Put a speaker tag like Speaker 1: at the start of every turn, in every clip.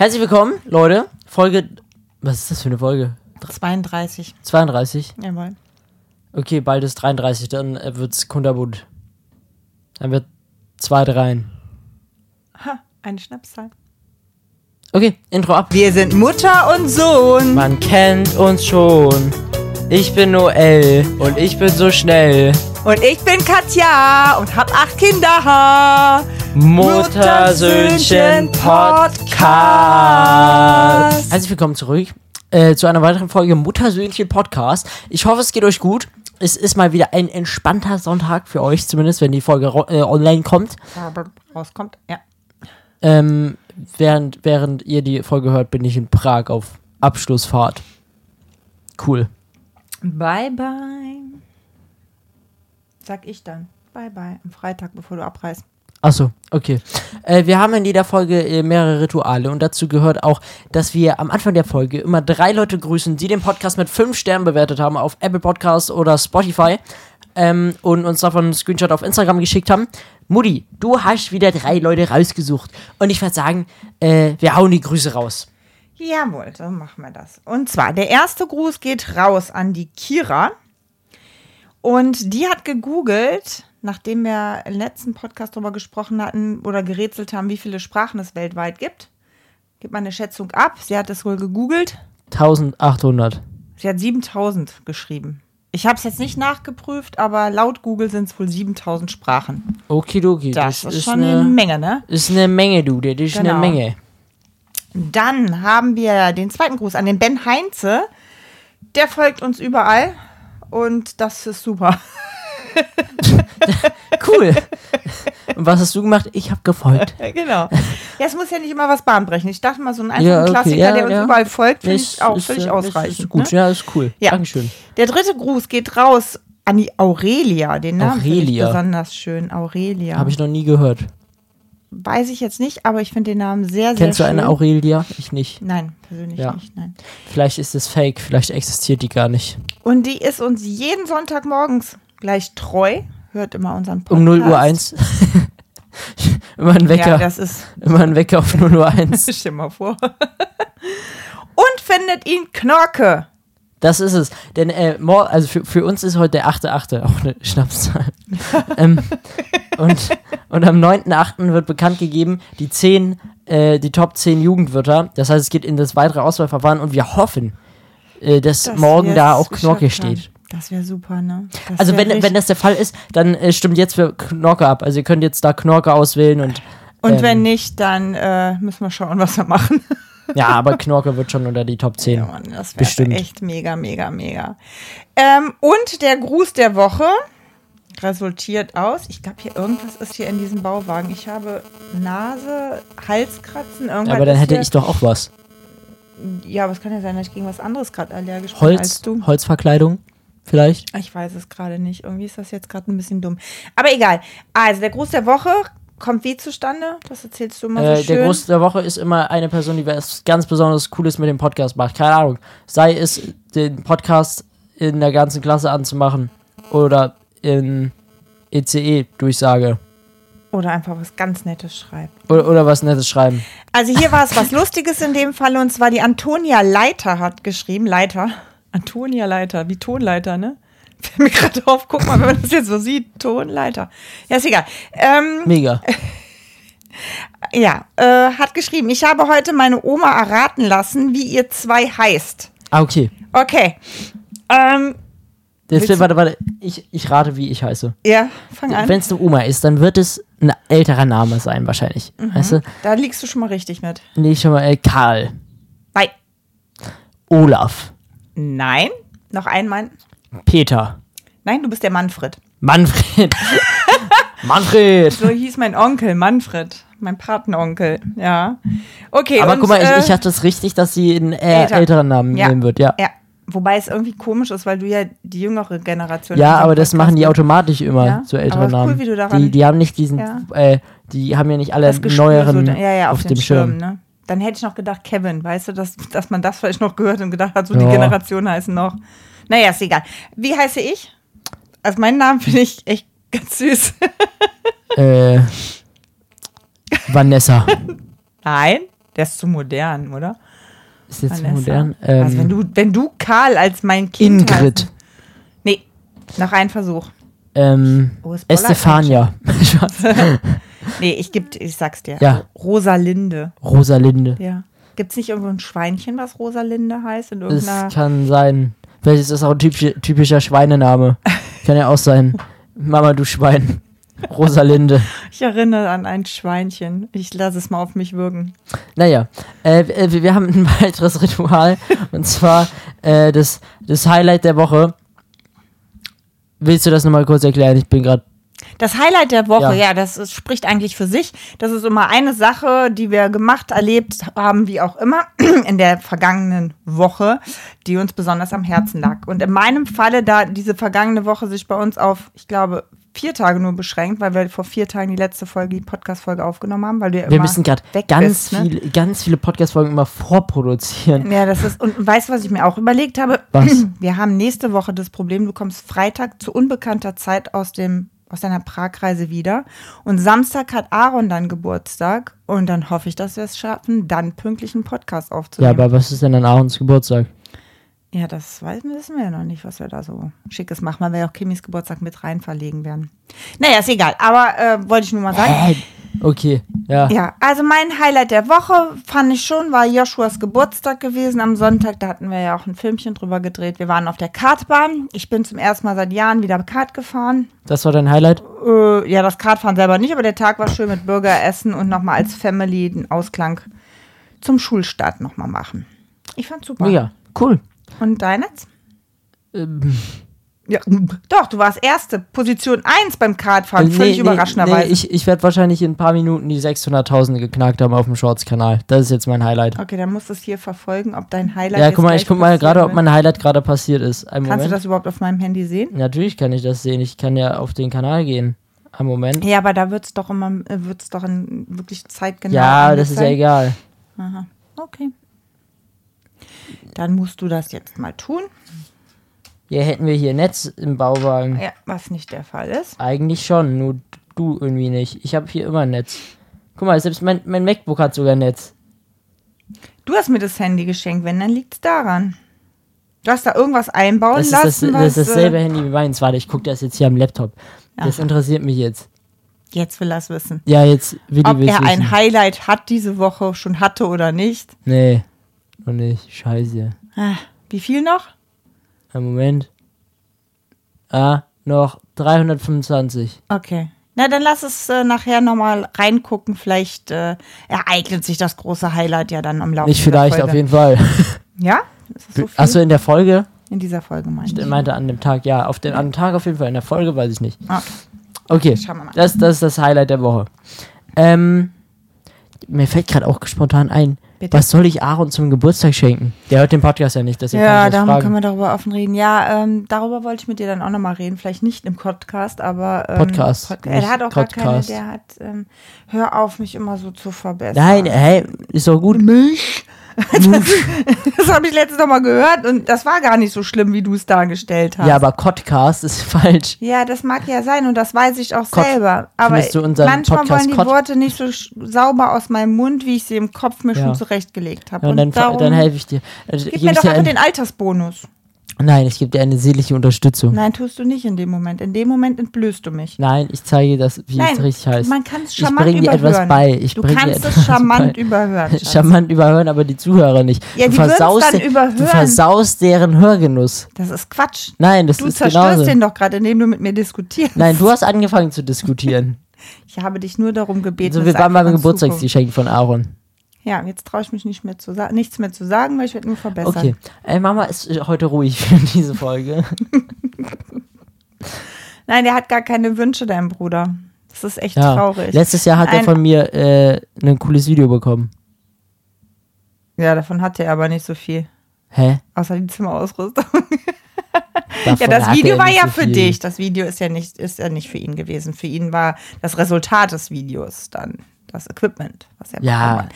Speaker 1: Herzlich willkommen, Leute. Folge. Was ist das für eine Folge?
Speaker 2: 32.
Speaker 1: 32.
Speaker 2: Jawohl.
Speaker 1: Okay, bald ist 33, dann äh, wird's kunterbunt. Dann wird zwei Dreien.
Speaker 2: Ha, eine Schnapszahl.
Speaker 1: Okay, Intro ab.
Speaker 2: Wir sind Mutter und Sohn.
Speaker 1: Man kennt uns schon. Ich bin Noel und ich bin so schnell.
Speaker 2: Und ich bin Katja und hab acht Kinder.
Speaker 1: Muttersöhnchen Podcast. Herzlich willkommen zurück äh, zu einer weiteren Folge Muttersöhnchen Podcast. Ich hoffe, es geht euch gut. Es ist mal wieder ein entspannter Sonntag für euch, zumindest wenn die Folge ro- äh, online kommt.
Speaker 2: Rauskommt, ja.
Speaker 1: Ähm, während, während ihr die Folge hört, bin ich in Prag auf Abschlussfahrt. Cool.
Speaker 2: Bye, bye. Sag ich dann. Bye, bye. Am Freitag, bevor du abreist.
Speaker 1: Achso, okay. Äh, wir haben in jeder Folge äh, mehrere Rituale und dazu gehört auch, dass wir am Anfang der Folge immer drei Leute grüßen, die den Podcast mit fünf Sternen bewertet haben auf Apple Podcast oder Spotify ähm, und uns davon einen Screenshot auf Instagram geschickt haben. Mutti, du hast wieder drei Leute rausgesucht und ich würde sagen, äh, wir hauen die Grüße raus.
Speaker 2: Jawohl, so machen wir das. Und zwar, der erste Gruß geht raus an die Kira. Und die hat gegoogelt, nachdem wir im letzten Podcast darüber gesprochen hatten oder gerätselt haben, wie viele Sprachen es weltweit gibt. Gibt man eine Schätzung ab. Sie hat es wohl gegoogelt.
Speaker 1: 1800.
Speaker 2: Sie hat 7000 geschrieben. Ich habe es jetzt nicht nachgeprüft, aber laut Google sind es wohl 7000 Sprachen.
Speaker 1: Okidoki,
Speaker 2: Das, ist schon eine Menge, ne?
Speaker 1: Ist eine Menge, du, der ist eine
Speaker 2: Genau.
Speaker 1: Menge.
Speaker 2: Dann haben wir den zweiten Gruß an den Ben Heinze. Der folgt uns überall und das ist super.
Speaker 1: Cool. Und was hast du gemacht? Ich habe gefolgt.
Speaker 2: genau. Ja, es muss ja nicht immer was bahnbrechen. Ich dachte mal, so ein einfacher
Speaker 1: Ja, okay,
Speaker 2: Klassiker,
Speaker 1: ja,
Speaker 2: der uns
Speaker 1: ja.
Speaker 2: überall folgt, finde ich
Speaker 1: Ist-
Speaker 2: auch
Speaker 1: ist, äh,
Speaker 2: völlig
Speaker 1: ist-
Speaker 2: ausreichend.
Speaker 1: Ist gut,
Speaker 2: ne?
Speaker 1: ja, ist cool.
Speaker 2: Ja.
Speaker 1: Dankeschön.
Speaker 2: Der dritte Gruß geht raus an die Aurelia. Den Namen finde ich
Speaker 1: Aurelia.
Speaker 2: besonders schön. Aurelia.
Speaker 1: Habe ich noch nie gehört.
Speaker 2: Weiß ich jetzt nicht, aber ich finde den Namen sehr, sehr
Speaker 1: Kennst du
Speaker 2: schön.
Speaker 1: eine Aurelia? Ich nicht.
Speaker 2: Nein, persönlich
Speaker 1: Ja.
Speaker 2: nicht. Nein.
Speaker 1: Vielleicht ist es fake, vielleicht existiert die gar nicht.
Speaker 2: Und die ist uns jeden Sonntag morgens gleich treu. Hört immer unseren Podcast.
Speaker 1: Um 0 Uhr 1. immer ein
Speaker 2: Ja,
Speaker 1: Wecker.
Speaker 2: das ist.
Speaker 1: immer ein Wecker auf 0 Uhr 1.
Speaker 2: Stell mal vor. Und findet ihn Knorke.
Speaker 1: Das ist es. Denn äh, mor also für, für uns ist heute der 8.8. auch eine Schnapszahl. ähm, und, und am 9.8. wird bekannt gegeben, die 10, äh, die Top 10 Jugendwörter. Das heißt, es geht in das weitere Auswahlverfahren und wir hoffen, äh, dass
Speaker 2: dass wir
Speaker 1: morgen da
Speaker 2: es
Speaker 1: auch Knorke
Speaker 2: geschafft haben.
Speaker 1: steht.
Speaker 2: Das wäre super, ne? Das
Speaker 1: Also
Speaker 2: wär
Speaker 1: wenn, wenn
Speaker 2: richtig-
Speaker 1: das der Fall ist, dann äh, stimmt jetzt für Knorke ab. Also ihr könnt jetzt da Knorke auswählen und
Speaker 2: Und
Speaker 1: ähm,
Speaker 2: wenn nicht, dann äh, müssen wir schauen, was wir machen.
Speaker 1: ja, aber Knorke wird schon unter die Top 10.
Speaker 2: Ja, Mann, das wäre
Speaker 1: Bestimmt.
Speaker 2: echt mega, mega, mega. Ähm, und der Gruß der Woche resultiert aus, ich glaube, hier irgendwas ist hier in diesem Bauwagen. Ich habe Nase, Halskratzen, irgendwas.
Speaker 1: aber dann
Speaker 2: ist
Speaker 1: hätte
Speaker 2: hier,
Speaker 1: ich doch auch was.
Speaker 2: Ja, aber es kann ja sein, dass ich gegen was anderes gerade allergisch bin als
Speaker 1: Holz,
Speaker 2: du.
Speaker 1: Holzverkleidung vielleicht.
Speaker 2: Ich weiß es gerade nicht. Irgendwie ist das jetzt gerade ein bisschen dumm. Aber egal. Also, der Gruß der Woche kommt wie zustande? Das erzählst du mal so
Speaker 1: Äh,
Speaker 2: schön.
Speaker 1: der Gruß der Woche ist immer eine Person, die was ganz besonders Cooles mit dem Podcast macht. Keine Ahnung. Sei es, den Podcast in der ganzen Klasse anzumachen oder in E ECE-Durchsage
Speaker 2: Oder einfach was ganz Nettes schreibt.
Speaker 1: oder, oder was Nettes schreiben.
Speaker 2: Also hier war es was Lustiges in dem Fall und zwar die Antonia Leiter hat geschrieben, Leiter, Antonia Leiter, wie Tonleiter, ne? Fällt mir gerade auf, guck mal, wenn man das jetzt so sieht, Tonleiter. Ja, ist egal. Ähm,
Speaker 1: Mega.
Speaker 2: ja, äh, hat geschrieben, ich habe heute meine Oma erraten lassen, wie ihr zwei heißt.
Speaker 1: Ah, okay.
Speaker 2: Okay. Ähm, Willst
Speaker 1: Jetzt,
Speaker 2: du-
Speaker 1: warte, warte. Ich, ich rate, wie ich heiße.
Speaker 2: ja, fang an.
Speaker 1: Wenn es eine Oma ist, dann wird es ein älterer Name sein, wahrscheinlich.
Speaker 2: Mhm.
Speaker 1: Weißt du?
Speaker 2: Da liegst du schon mal richtig mit.
Speaker 1: Nee, schon mal, äh, Karl,
Speaker 2: Nein.
Speaker 1: Olaf,
Speaker 2: Nein. Noch ein Mann.
Speaker 1: Peter,
Speaker 2: Nein, du bist der Manfred.
Speaker 1: Manfred. Manfred!
Speaker 2: So hieß mein Onkel, Manfred. Mein Patenonkel, ja. Okay,
Speaker 1: Aber
Speaker 2: und,
Speaker 1: guck mal,
Speaker 2: äh,
Speaker 1: ich, ich hatte es richtig, dass sie einen äh,
Speaker 2: älter.
Speaker 1: älteren Namen
Speaker 2: Ja.
Speaker 1: nehmen wird, ja.
Speaker 2: Ja, wobei es irgendwie komisch ist, weil du ja die jüngere Generation
Speaker 1: Ja,
Speaker 2: in
Speaker 1: aber
Speaker 2: unserem
Speaker 1: das
Speaker 2: Podcast
Speaker 1: machen die
Speaker 2: bist.
Speaker 1: automatisch immer,
Speaker 2: Ja,
Speaker 1: so
Speaker 2: aber
Speaker 1: ältere
Speaker 2: ist cool,
Speaker 1: Namen.
Speaker 2: wie du daran-
Speaker 1: die, die haben nicht diesen,
Speaker 2: Ja.
Speaker 1: äh, die haben ja nicht alle
Speaker 2: Das Gespür
Speaker 1: neueren
Speaker 2: so, ja, ja, auf,
Speaker 1: dem Schirm.
Speaker 2: ne? Dann hätte ich noch gedacht, Kevin, weißt du, dass, dass man das vielleicht noch gehört und gedacht hat, so die
Speaker 1: Ja.
Speaker 2: Generation heißen noch. Naja, ist egal. Wie heiße ich? Also meinen Namen finde ich echt ganz süß.
Speaker 1: Äh, Vanessa.
Speaker 2: Nein, Der ist zu modern, oder?
Speaker 1: Ist jetzt
Speaker 2: Vanessa.
Speaker 1: modern.
Speaker 2: also
Speaker 1: Ähm,
Speaker 2: wenn du, wenn du Karl als mein Kind
Speaker 1: Ingrid.
Speaker 2: heißen- Nee, noch ein Versuch.
Speaker 1: Ähm,
Speaker 2: Oh, es bollert
Speaker 1: Estefania.
Speaker 2: Nee, ich, geb, ich sag's dir.
Speaker 1: Ja.
Speaker 2: Rosalinde.
Speaker 1: Rosalinde.
Speaker 2: Ja. Gibt's nicht irgendwo ein Schweinchen, was Rosalinde heißt? In
Speaker 1: Das
Speaker 2: irgendeiner.
Speaker 1: kann sein. Vielleicht ist das auch ein typischer, typischer Schweinename. Kann ja auch sein. Mama, du Schwein. Rosalinde.
Speaker 2: Ich erinnere an ein Schweinchen. Ich lasse es mal auf mich wirken.
Speaker 1: Naja, äh, äh, wir haben ein weiteres Ritual. und zwar äh, das, das Highlight der Woche. Willst du das nochmal kurz erklären? Ich bin gerade.
Speaker 2: Das Highlight der Woche,
Speaker 1: Ja.
Speaker 2: ja, das ist, spricht eigentlich für sich. Das ist immer eine Sache, die wir gemacht, erlebt haben, wie auch immer, in der vergangenen Woche, die uns besonders am Herzen lag. Und in meinem Falle, da diese vergangene Woche sich bei uns auf, ich glaube, vier Tage nur beschränkt, weil wir vor vier Tagen die letzte Folge, die Podcast-Folge aufgenommen haben, weil du ja immer
Speaker 1: Wir müssen gerade
Speaker 2: weg
Speaker 1: ganz,
Speaker 2: bist, ne?
Speaker 1: viel, ganz viele Podcast-Folgen immer vorproduzieren.
Speaker 2: Ja, das ist, und weißt du, was ich mir auch überlegt habe?
Speaker 1: Was?
Speaker 2: Wir haben nächste Woche das Problem, du kommst Freitag zu unbekannter Zeit aus dem aus deiner Pragreise wieder. Und Samstag hat Aaron dann Geburtstag. Und dann hoffe ich, dass wir es schaffen, dann pünktlich einen Podcast
Speaker 1: Ja,
Speaker 2: aufzunehmen.
Speaker 1: aber was ist denn an Aarons Geburtstag?
Speaker 2: ja das weiß, wissen wir ja noch nicht, was wir da so Schickes machen, weil wir ja auch Kimmys Geburtstag mit rein verlegen werden. Naja, ist egal. Aber äh, wollte ich nur mal sagen.
Speaker 1: Hä? Äh, Okay, ja.
Speaker 2: Ja, also mein Highlight der Woche fand ich schon, war Joshuas Geburtstag gewesen am Sonntag. Da hatten wir ja auch ein Filmchen drüber gedreht. Wir waren auf der Kartbahn. Ich bin zum ersten Mal seit Jahren wieder Kart gefahren.
Speaker 1: Das war dein Highlight?
Speaker 2: Äh, ja, das Kartfahren selber nicht, aber der Tag war schön mit Burgeressen und nochmal als Family den Ausklang zum Schulstart nochmal machen. Ich fand's super.
Speaker 1: Mega, cool.
Speaker 2: Und deines?
Speaker 1: Ähm,
Speaker 2: Ja, doch, du warst erste. Position 1 beim Kartfahren,
Speaker 1: Äh, nee,
Speaker 2: völlig
Speaker 1: nee,
Speaker 2: überraschenderweise.
Speaker 1: Nee, ich ich werde wahrscheinlich in ein paar Minuten die 600.000 geknackt haben auf dem Shorts-Kanal. Das ist jetzt mein Highlight.
Speaker 2: okay, dann musst du es hier verfolgen, ob dein Highlight.
Speaker 1: Ja,
Speaker 2: jetzt
Speaker 1: guck mal,
Speaker 2: gleich
Speaker 1: ich guck mal
Speaker 2: passieren
Speaker 1: gerade, ob
Speaker 2: wird.
Speaker 1: mein Highlight gerade passiert ist. Einen
Speaker 2: Kannst du
Speaker 1: Moment.
Speaker 2: das überhaupt auf meinem Handy sehen?
Speaker 1: Natürlich kann ich das sehen. Ich kann ja auf den Kanal gehen. Am Moment.
Speaker 2: Ja, aber da wird es doch immer, äh, wird's doch in wirklich zeitgenau.
Speaker 1: Ja, das ist ja
Speaker 2: angezeigt.
Speaker 1: egal.
Speaker 2: Aha. Okay. Dann musst du das jetzt mal tun.
Speaker 1: Hier hätten wir hier Netz im Bauwagen.
Speaker 2: Ja, was nicht der Fall ist.
Speaker 1: Eigentlich schon, nur du irgendwie nicht. Ich habe hier immer Netz. Guck mal, selbst mein, mein MacBook hat sogar Netz.
Speaker 2: Du hast mir das Handy geschenkt, wenn, dann liegt es daran. Du hast da irgendwas einbauen
Speaker 1: Das ist, das, das
Speaker 2: lassen, was. äh,
Speaker 1: ist dasselbe Handy wie meins. Warte, ich gucke das jetzt hier am Laptop. Das interessiert mich jetzt.
Speaker 2: äh, jetzt will er es wissen.
Speaker 1: Ja, jetzt will
Speaker 2: Ob
Speaker 1: die
Speaker 2: er
Speaker 1: wissen.
Speaker 2: ein Highlight hat diese Woche, schon hatte oder nicht.
Speaker 1: Nee, noch nicht. Scheiße.
Speaker 2: Ah, Wie viel noch?
Speaker 1: Ein Moment. Ah, noch 325.
Speaker 2: Okay. Na, dann lass es äh, nachher nochmal reingucken. Vielleicht äh, ereignet sich das große Highlight ja dann am Laufe.
Speaker 1: Nicht vielleicht,
Speaker 2: der Folge.
Speaker 1: auf jeden Fall.
Speaker 2: Ja? Ist das so viel?
Speaker 1: Achso, in der Folge?
Speaker 2: In dieser Folge meine
Speaker 1: Ich
Speaker 2: ich.
Speaker 1: meinte an dem Tag, ja. Auf den anderen Tag auf jeden Fall. In der Folge weiß ich nicht.
Speaker 2: Okay.
Speaker 1: Okay,
Speaker 2: Ah. Schauen wir mal.
Speaker 1: das, das ist das Highlight der Woche. Ähm, mir fällt gerade auch spontan ein,
Speaker 2: Bitte?
Speaker 1: was soll ich Aaron zum Geburtstag schenken? Der hört den Podcast ja nicht, deswegen
Speaker 2: Ja,
Speaker 1: kann ich das
Speaker 2: darum
Speaker 1: fragen.
Speaker 2: können wir darüber offen reden. Ja, ähm, darüber wollte ich mit dir dann auch nochmal reden. Vielleicht nicht im Podcast, aber. Ähm,
Speaker 1: Podcast,
Speaker 2: Podca er
Speaker 1: nicht
Speaker 2: hat auch gar keine.
Speaker 1: Podcast.
Speaker 2: Der hat. Ähm, hör auf, mich immer so zu verbessern.
Speaker 1: Nein, hey, ist doch gut.
Speaker 2: Milch. Das, das habe ich letztens nochmal gehört und das war gar nicht so schlimm, wie du es dargestellt hast.
Speaker 1: Ja, aber Podcast ist falsch.
Speaker 2: Ja, das mag ja sein und das weiß ich auch
Speaker 1: Kott,
Speaker 2: selber. Aber
Speaker 1: findest du unseren
Speaker 2: manchmal
Speaker 1: Podcast
Speaker 2: wollen die
Speaker 1: Kott?
Speaker 2: Worte nicht so sch- sauber aus meinem Mund, wie ich sie im Kopf mir
Speaker 1: Ja.
Speaker 2: schon zurechtgelegt habe.
Speaker 1: Ja, und dann, ver-
Speaker 2: darum
Speaker 1: dann helfe ich dir. Also,
Speaker 2: gib
Speaker 1: gebe
Speaker 2: mir
Speaker 1: ich
Speaker 2: doch
Speaker 1: dir
Speaker 2: einfach
Speaker 1: ein-
Speaker 2: den Altersbonus.
Speaker 1: Nein, ich gebe dir eine seelische Unterstützung.
Speaker 2: Nein, tust du nicht in dem Moment. In dem Moment entblößt du mich.
Speaker 1: Nein, ich zeige dir das, wie es richtig heißt.
Speaker 2: man kann es
Speaker 1: ich
Speaker 2: charmant
Speaker 1: bringe dir
Speaker 2: überhören.
Speaker 1: etwas bei. Ich
Speaker 2: du
Speaker 1: bring dir
Speaker 2: kannst
Speaker 1: etwas
Speaker 2: es charmant
Speaker 1: bei.
Speaker 2: überhören. Schatz.
Speaker 1: charmant überhören, aber die Zuhörer nicht.
Speaker 2: Ja,
Speaker 1: du
Speaker 2: die würden's
Speaker 1: versaust
Speaker 2: dann
Speaker 1: den- Du
Speaker 2: überhören.
Speaker 1: versaust deren Hörgenuss.
Speaker 2: das ist Quatsch.
Speaker 1: Nein, das
Speaker 2: du
Speaker 1: ist
Speaker 2: zerstörst
Speaker 1: genauso.
Speaker 2: den doch gerade, indem du mit mir diskutierst.
Speaker 1: Nein, du hast angefangen zu diskutieren.
Speaker 2: Ich habe dich nur darum gebeten.
Speaker 1: also wir
Speaker 2: es
Speaker 1: waren
Speaker 2: einfach
Speaker 1: beim
Speaker 2: in
Speaker 1: Geburtstagsgeschenk von Aaron.
Speaker 2: Zukunft- Ja, jetzt traue ich mich nicht mehr zu sa- nichts mehr zu sagen, weil ich werde nur verbessern.
Speaker 1: Okay. Ey, Mama ist äh, heute ruhig für diese Folge.
Speaker 2: Nein, der hat gar keine Wünsche, dein Bruder. Das ist echt
Speaker 1: Ja.
Speaker 2: traurig.
Speaker 1: Letztes Jahr hat er
Speaker 2: Ein-
Speaker 1: von mir äh, ein cooles Video bekommen.
Speaker 2: ja, davon hatte er aber nicht so viel.
Speaker 1: Hä?
Speaker 2: Außer die Zimmerausrüstung.
Speaker 1: Davon
Speaker 2: Ja, das
Speaker 1: hat
Speaker 2: Video
Speaker 1: er
Speaker 2: war
Speaker 1: nicht
Speaker 2: ja
Speaker 1: so
Speaker 2: für
Speaker 1: viel.
Speaker 2: dich. Das Video ist ja nicht, ist ja nicht für ihn gewesen. Für ihn war das Resultat des Videos dann das Equipment, was er
Speaker 1: Ja.
Speaker 2: bekommen hat.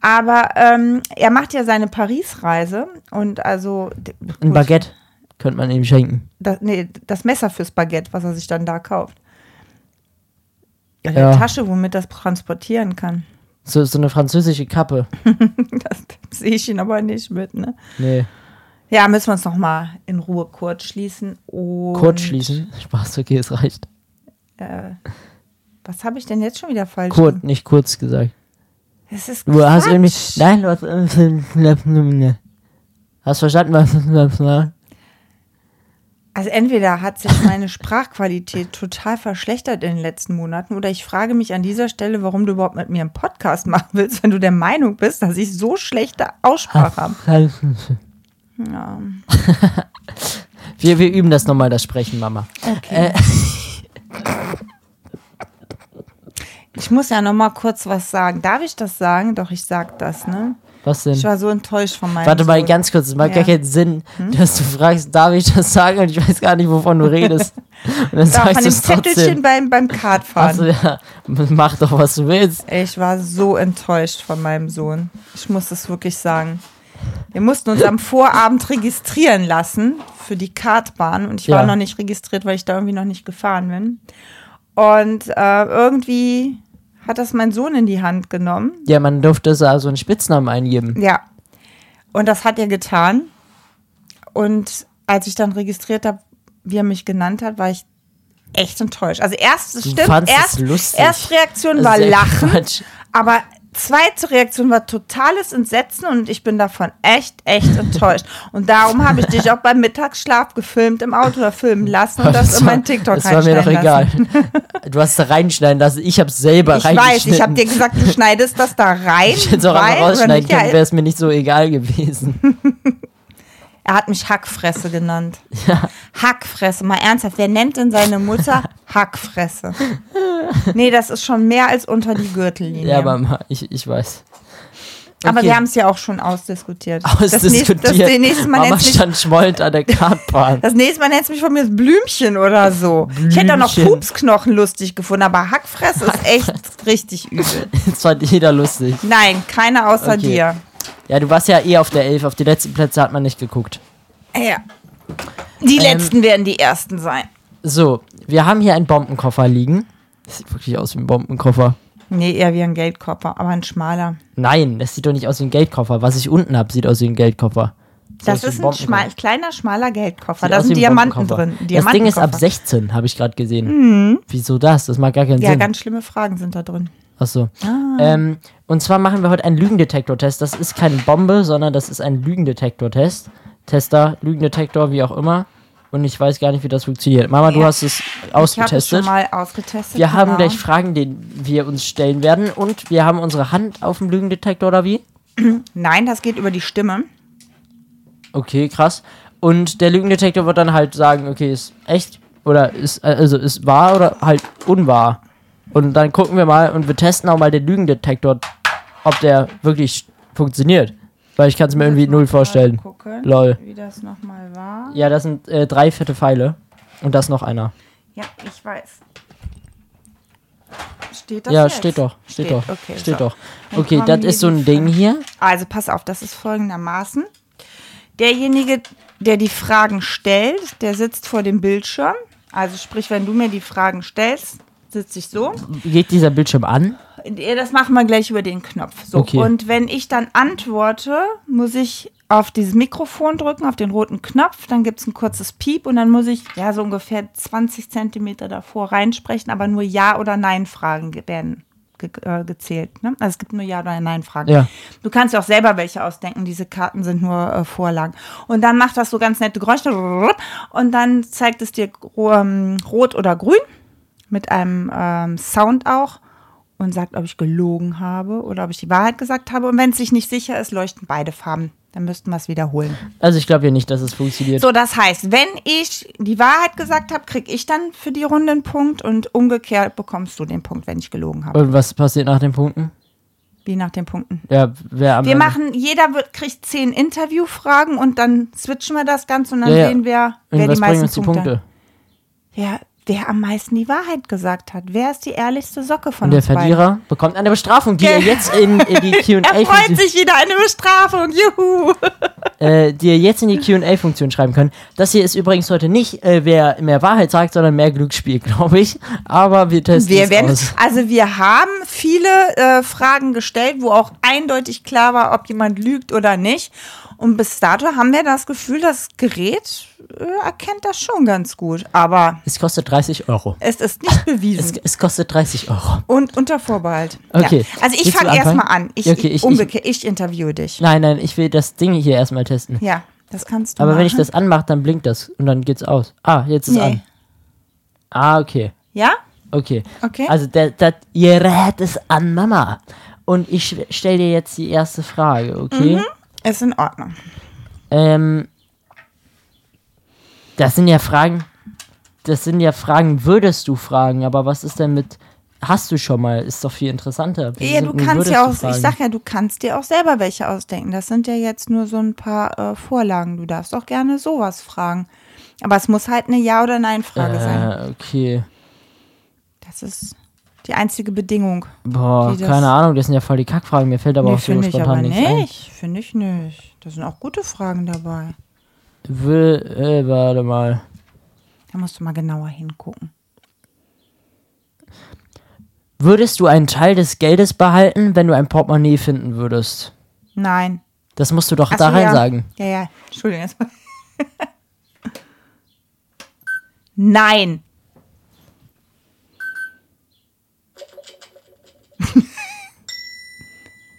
Speaker 2: Aber ähm, er macht ja seine Paris-Reise und also d-
Speaker 1: Ein
Speaker 2: gut,
Speaker 1: Baguette könnte man ihm schenken.
Speaker 2: Das, nee, das Messer fürs Baguette, was er sich dann da kauft. Eine
Speaker 1: Ja.
Speaker 2: Tasche, womit das transportieren kann.
Speaker 1: So, so eine französische Kappe.
Speaker 2: Das sehe ich ihn aber nicht mit, ne?
Speaker 1: Nee.
Speaker 2: Ja, müssen wir uns nochmal in Ruhe kurz schließen. Und,
Speaker 1: Kurz schließen. Spaß, okay, es reicht.
Speaker 2: Äh, was habe ich denn jetzt schon wieder falsch?
Speaker 1: Kurz, nicht kurz gesagt.
Speaker 2: Das ist
Speaker 1: Du hast
Speaker 2: Quatsch.
Speaker 1: irgendwie. Nein, du hast. irgendwie- Hast verstanden, was.
Speaker 2: Also entweder hat sich meine Sprachqualität total verschlechtert in den letzten Monaten oder ich frage mich an dieser Stelle, warum du überhaupt mit mir einen Podcast machen willst, wenn du der Meinung bist, dass ich so schlechte Aussprache habe. Ja.
Speaker 1: Wir, wir üben das nochmal, das Sprechen, Mama. Äh,
Speaker 2: Ich muss ja noch mal kurz was sagen. Darf ich das sagen? Doch, ich sag das, ne?
Speaker 1: Was denn?
Speaker 2: Ich war so enttäuscht von meinem
Speaker 1: Warte mal
Speaker 2: Sohn.
Speaker 1: ganz kurz, es macht
Speaker 2: Ja. Hm?
Speaker 1: gar keinen Sinn, dass du fragst, darf ich das sagen? Und ich weiß gar nicht, wovon du redest. Und dann
Speaker 2: Da, von
Speaker 1: sagst du
Speaker 2: dem
Speaker 1: es
Speaker 2: Zettelchen
Speaker 1: trotzdem.
Speaker 2: beim, beim Kartfahren.
Speaker 1: Also ja, mach doch, was du willst.
Speaker 2: Ich war so enttäuscht von meinem Sohn. Ich muss es wirklich sagen. Wir mussten uns am Vorabend registrieren lassen für die Kartbahn und ich war
Speaker 1: Ja.
Speaker 2: noch nicht registriert, weil ich da irgendwie noch nicht gefahren bin. Und äh, irgendwie hat das mein Sohn in die Hand genommen.
Speaker 1: Ja, man durfte so also einen Spitznamen eingeben.
Speaker 2: Ja. Und das hat er getan. Und als ich dann registriert habe, wie er mich genannt hat, war ich echt enttäuscht. Also erst stimmt,
Speaker 1: fandst es
Speaker 2: erst,
Speaker 1: lustig.
Speaker 2: erste Reaktion
Speaker 1: Das
Speaker 2: war
Speaker 1: ist echt
Speaker 2: Lachen.
Speaker 1: Quatsch.
Speaker 2: Aber zweite Reaktion war totales Entsetzen und ich bin davon echt, echt enttäuscht. Und darum habe ich dich auch beim Mittagsschlaf gefilmt, im Auto oder filmen lassen und das in
Speaker 1: war-
Speaker 2: meinen TikTok
Speaker 1: Das war mir doch
Speaker 2: reinschneiden
Speaker 1: egal.
Speaker 2: lassen.
Speaker 1: Du hast da reinschneiden lassen. Ich hab's selber
Speaker 2: Ich weiß,
Speaker 1: reingeschnitten.
Speaker 2: ich habe dir gesagt, du schneidest das da rein.
Speaker 1: ich hätte es auch
Speaker 2: weil-
Speaker 1: einfach
Speaker 2: oder
Speaker 1: rausschneiden
Speaker 2: nicht? Ja,
Speaker 1: können, wäre es mir nicht so egal gewesen.
Speaker 2: er hat mich Hackfresse genannt. Hackfresse, mal ernsthaft. Wer nennt denn seine Mutter Hackfresse? Nee, das ist schon mehr als unter die Gürtellinie.
Speaker 1: Ja, aber ma- ich, ich weiß.
Speaker 2: Aber
Speaker 1: okay.
Speaker 2: wir haben es ja auch schon ausdiskutiert. Das nächste,
Speaker 1: Ausdiskutiert.
Speaker 2: das, das nächste Mal
Speaker 1: Mama
Speaker 2: nennst du mich
Speaker 1: stand schmollend an der Kartbahn.
Speaker 2: Das nächste Mal nennst du mich von mir das Blümchen oder so. Ich hätte auch noch
Speaker 1: Blümchen.
Speaker 2: Pupsknochen lustig gefunden, aber Hackfress ist echt richtig übel.
Speaker 1: Das fand jeder lustig.
Speaker 2: Nein, keiner außer
Speaker 1: Okay.
Speaker 2: dir.
Speaker 1: Ja, du warst ja eh auf der Elf. Auf die letzten Plätze hat man nicht geguckt.
Speaker 2: Äh, Ja. Die
Speaker 1: Ähm,
Speaker 2: letzten werden die ersten sein.
Speaker 1: So, wir haben hier einen Bombenkoffer liegen. Das sieht wirklich aus wie ein Bombenkoffer.
Speaker 2: Nee, eher wie ein Geldkoffer, aber ein schmaler.
Speaker 1: Nein, das sieht doch nicht aus wie ein Geldkoffer. Was ich unten habe, sieht aus wie ein Geldkoffer. Sieht
Speaker 2: Das,
Speaker 1: aus wie
Speaker 2: ist ein
Speaker 1: Bombenkoffer.
Speaker 2: schmal, kleiner, schmaler Geldkoffer.
Speaker 1: Sieht
Speaker 2: Da
Speaker 1: aus
Speaker 2: sind
Speaker 1: wie ein
Speaker 2: Diamanten
Speaker 1: Bombenkoffer.
Speaker 2: drin.
Speaker 1: Das Ding ist ab
Speaker 2: Diamantenkoffer. Mhm.
Speaker 1: 16, habe ich gerade gesehen. Wieso das? Das macht gar keinen
Speaker 2: Ja,
Speaker 1: Sinn.
Speaker 2: ganz Ah. schlimme Fragen sind da drin.
Speaker 1: Achso. Ähm, und zwar machen wir heute einen Lügendetektor-Test. Das ist keine Bombe, sondern das ist ein Lügendetektor-Test. Tester, Lügendetektor, wie auch immer. Und ich weiß gar nicht, wie das funktioniert. Mama, du
Speaker 2: Ja.
Speaker 1: hast es
Speaker 2: Ich habe es
Speaker 1: ausgetestet.
Speaker 2: schon mal ausgetestet.
Speaker 1: wir haben
Speaker 2: genau.
Speaker 1: gleich Fragen, die wir uns stellen werden. Und wir haben unsere Hand auf dem Lügendetektor, oder wie?
Speaker 2: Nein, das geht über die Stimme.
Speaker 1: Okay, krass. Und der Lügendetektor wird dann halt sagen, okay, ist echt oder ist also ist wahr oder halt unwahr. Und dann gucken wir mal und wir testen auch mal den Lügendetektor, ob der wirklich funktioniert. Weil ich kann es mir irgendwie null vorstellen.
Speaker 2: Gucken,
Speaker 1: Lol.
Speaker 2: Wie das nochmal war.
Speaker 1: Ja, das sind äh, drei fette Pfeile und das noch einer.
Speaker 2: Ja, ich weiß. Steht das
Speaker 1: ja,
Speaker 2: jetzt?
Speaker 1: steht doch, steht, doch,
Speaker 2: Okay,
Speaker 1: steht
Speaker 2: so.
Speaker 1: doch.
Speaker 2: Dann
Speaker 1: Okay,
Speaker 2: kommen
Speaker 1: das
Speaker 2: hier
Speaker 1: ist so
Speaker 2: die
Speaker 1: ein Ding
Speaker 2: Fragen.
Speaker 1: hier.
Speaker 2: Also pass auf, das ist folgendermaßen. Derjenige, der die Fragen stellt, der sitzt vor dem Bildschirm. Also sprich, wenn du mir die Fragen stellst, sitze ich so.
Speaker 1: Geht dieser Bildschirm an?
Speaker 2: Das machen wir gleich über den Knopf. So.
Speaker 1: Okay.
Speaker 2: Und wenn ich dann antworte, muss ich auf dieses Mikrofon drücken, auf den roten Knopf, dann gibt es ein kurzes Piep und dann muss ich ja so ungefähr 20 Zentimeter davor reinsprechen, aber nur Ja- oder Nein-Fragen ge- werden ge äh, gezählt. Ne? Also es gibt nur Ja- oder Nein-Fragen.
Speaker 1: Ja.
Speaker 2: Du kannst ja auch selber welche ausdenken, diese Karten sind nur äh, Vorlagen. Und dann macht das so ganz nette Geräusche und dann zeigt es dir gro- ähm, rot oder grün mit einem ähm, Sound auch und sagt, ob ich gelogen habe oder ob ich die Wahrheit gesagt habe. Und wenn es sich nicht sicher ist, leuchten beide Farben. Dann müssten wir es wiederholen.
Speaker 1: Also ich glaube ja nicht, dass es funktioniert.
Speaker 2: So, das heißt, wenn ich die Wahrheit gesagt habe, kriege ich dann für die Runde einen Punkt und umgekehrt bekommst du den Punkt, wenn ich gelogen habe.
Speaker 1: Und was passiert nach den Punkten?
Speaker 2: Wie nach den Punkten.
Speaker 1: Ja, wer am
Speaker 2: Wir
Speaker 1: Ende-
Speaker 2: machen, jeder wird, kriegt zehn Interviewfragen und dann switchen wir das Ganze und dann
Speaker 1: Ja, ja.
Speaker 2: sehen wir,
Speaker 1: Und
Speaker 2: wer
Speaker 1: was bringen
Speaker 2: die meisten
Speaker 1: uns die
Speaker 2: Punkte.
Speaker 1: Punkte?
Speaker 2: Ja, wer am meisten die Wahrheit gesagt hat. Wer ist die ehrlichste Socke von
Speaker 1: Und der
Speaker 2: uns beiden?
Speaker 1: Verlierer bekommt eine Bestrafung, die er
Speaker 2: Ge-
Speaker 1: jetzt in, in die
Speaker 2: Er freut
Speaker 1: Q&A-Funktion
Speaker 2: sich wieder eine Bestrafung. Juhu.
Speaker 1: äh, die ihr jetzt in die Q&A-Funktion schreiben könnt. Das hier ist übrigens heute nicht, äh, wer mehr Wahrheit sagt, sondern mehr Glücksspiel, glaube ich. Aber wir testen
Speaker 2: Wir
Speaker 1: es
Speaker 2: werden,
Speaker 1: aus.
Speaker 2: also wir haben viele äh, Fragen gestellt, wo auch eindeutig klar war, ob jemand lügt oder nicht. Und bis dato haben wir das Gefühl, das Gerät äh, erkennt das schon ganz gut. Aber
Speaker 1: Es kostet 30 Euro.
Speaker 2: es ist nicht
Speaker 1: Es,
Speaker 2: bewiesen.
Speaker 1: es kostet 30 Euro.
Speaker 2: und unter Vorbehalt.
Speaker 1: Okay.
Speaker 2: Ja. Also ich
Speaker 1: Willst du
Speaker 2: fange
Speaker 1: anfangen?
Speaker 2: erstmal an. Ich,
Speaker 1: Ja, okay, ich-
Speaker 2: ich, umgekehrt, ich interviewe dich.
Speaker 1: Nein, nein, ich will das Ding hier erstmal testen.
Speaker 2: Ja, das kannst du
Speaker 1: Aber
Speaker 2: machen.
Speaker 1: wenn ich das anmache, dann blinkt das und dann geht's aus. Ah, jetzt ist
Speaker 2: Nee.
Speaker 1: an. Ah, okay.
Speaker 2: Ja?
Speaker 1: Okay.
Speaker 2: Okay.
Speaker 1: Also, der, der, ihr rät es an Mama. Und ich stelle dir jetzt die erste Frage,
Speaker 2: Mhm.
Speaker 1: okay?
Speaker 2: Ist in Ordnung.
Speaker 1: Ähm, das sind ja Fragen. Das sind ja Fragen, würdest du fragen, aber was ist denn mit hast du schon mal? Ist doch viel interessanter. Wieso
Speaker 2: Ja, du
Speaker 1: sind denn
Speaker 2: kannst
Speaker 1: würdest
Speaker 2: ja
Speaker 1: du
Speaker 2: auch, ich
Speaker 1: fragen?
Speaker 2: sag ja, du kannst dir auch selber welche ausdenken. Das sind ja jetzt nur so ein paar äh, Vorlagen. Du darfst auch gerne sowas fragen. Aber es muss halt eine Ja- oder Nein-Frage sein.
Speaker 1: äh, okay.
Speaker 2: Das ist die einzige Bedingung.
Speaker 1: Boah,
Speaker 2: Wie das-
Speaker 1: keine Ahnung, das sind ja voll die Kackfragen. Mir fällt aber
Speaker 2: nee,
Speaker 1: auch so
Speaker 2: finde ich aber
Speaker 1: spontan nichts ein.
Speaker 2: nicht. Finde ich nicht. Da sind auch gute Fragen dabei.
Speaker 1: Will, äh, warte mal.
Speaker 2: Da musst du mal genauer hingucken.
Speaker 1: Würdest du einen Teil des Geldes behalten, wenn du ein Portemonnaie finden würdest?
Speaker 2: Nein.
Speaker 1: Das musst du doch
Speaker 2: Ach
Speaker 1: da
Speaker 2: so,
Speaker 1: rein
Speaker 2: ja.
Speaker 1: sagen.
Speaker 2: Ja, ja. Entschuldigung. jetzt mal. Nein.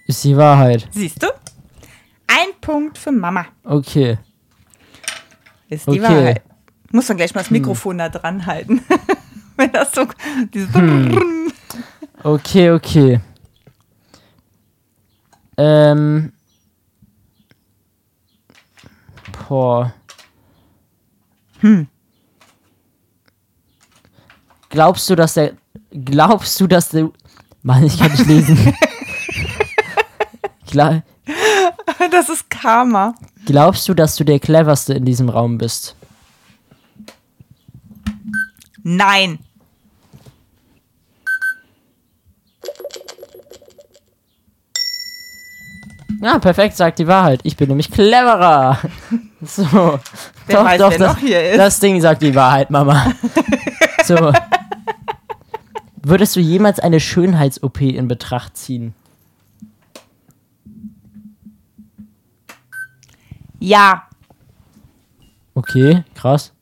Speaker 1: Ist die Wahrheit.
Speaker 2: Siehst du? Ein Punkt für Mama.
Speaker 1: Okay.
Speaker 2: Ist
Speaker 1: Okay. Hm.
Speaker 2: die Wahrheit. Muss dann gleich mal das Mikrofon da dran halten. Wenn das so. Dieses
Speaker 1: Hm. Okay, okay. Ähm. Boah. Hm. Glaubst du, dass der. Glaubst du, dass der. Mann, ich kann nicht lesen. Gla
Speaker 2: Das ist Karma.
Speaker 1: glaubst du, dass du der cleverste in diesem Raum bist?
Speaker 2: Nein.
Speaker 1: Ja, perfekt, sagt die Wahrheit. Ich bin nämlich cleverer. So.
Speaker 2: Wer weiß, wer
Speaker 1: das,
Speaker 2: noch hier ist.
Speaker 1: das Ding sagt die Wahrheit, Mama. so. Würdest du jemals eine Schönheits-OP in Betracht ziehen?
Speaker 2: Ja.
Speaker 1: Okay, krass.